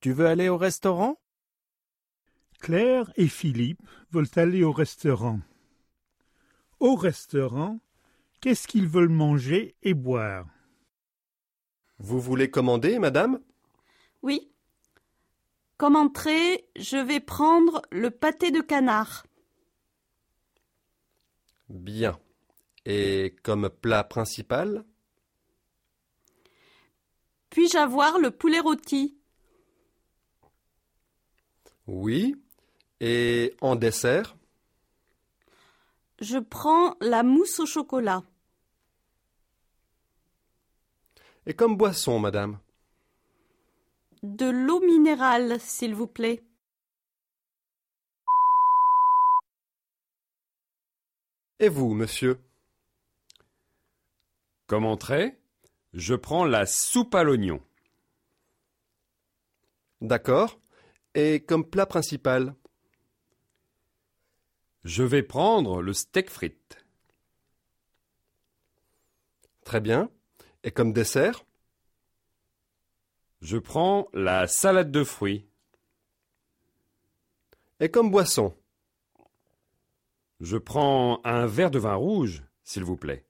Tu veux aller au restaurant Claire et Philippe veulent aller au restaurant. Au restaurant, qu'est-ce qu'ils veulent manger et boire Vous voulez commander, madame Oui. Comme entrée, je vais prendre le pâté de canard. Bien. Et comme plat principal Puis-je avoir le poulet rôti Oui. Et en dessert Je prends la mousse au chocolat. Et comme boisson, madame De l'eau minérale, s'il vous plaît. Et vous, monsieur Comme entrée, je prends la soupe à l'oignon. D'accord. Et comme plat principal Je vais prendre le steak frites. Très bien. Et comme dessert Je prends la salade de fruits. Et comme boisson Je prends un verre de vin rouge, s'il vous plaît.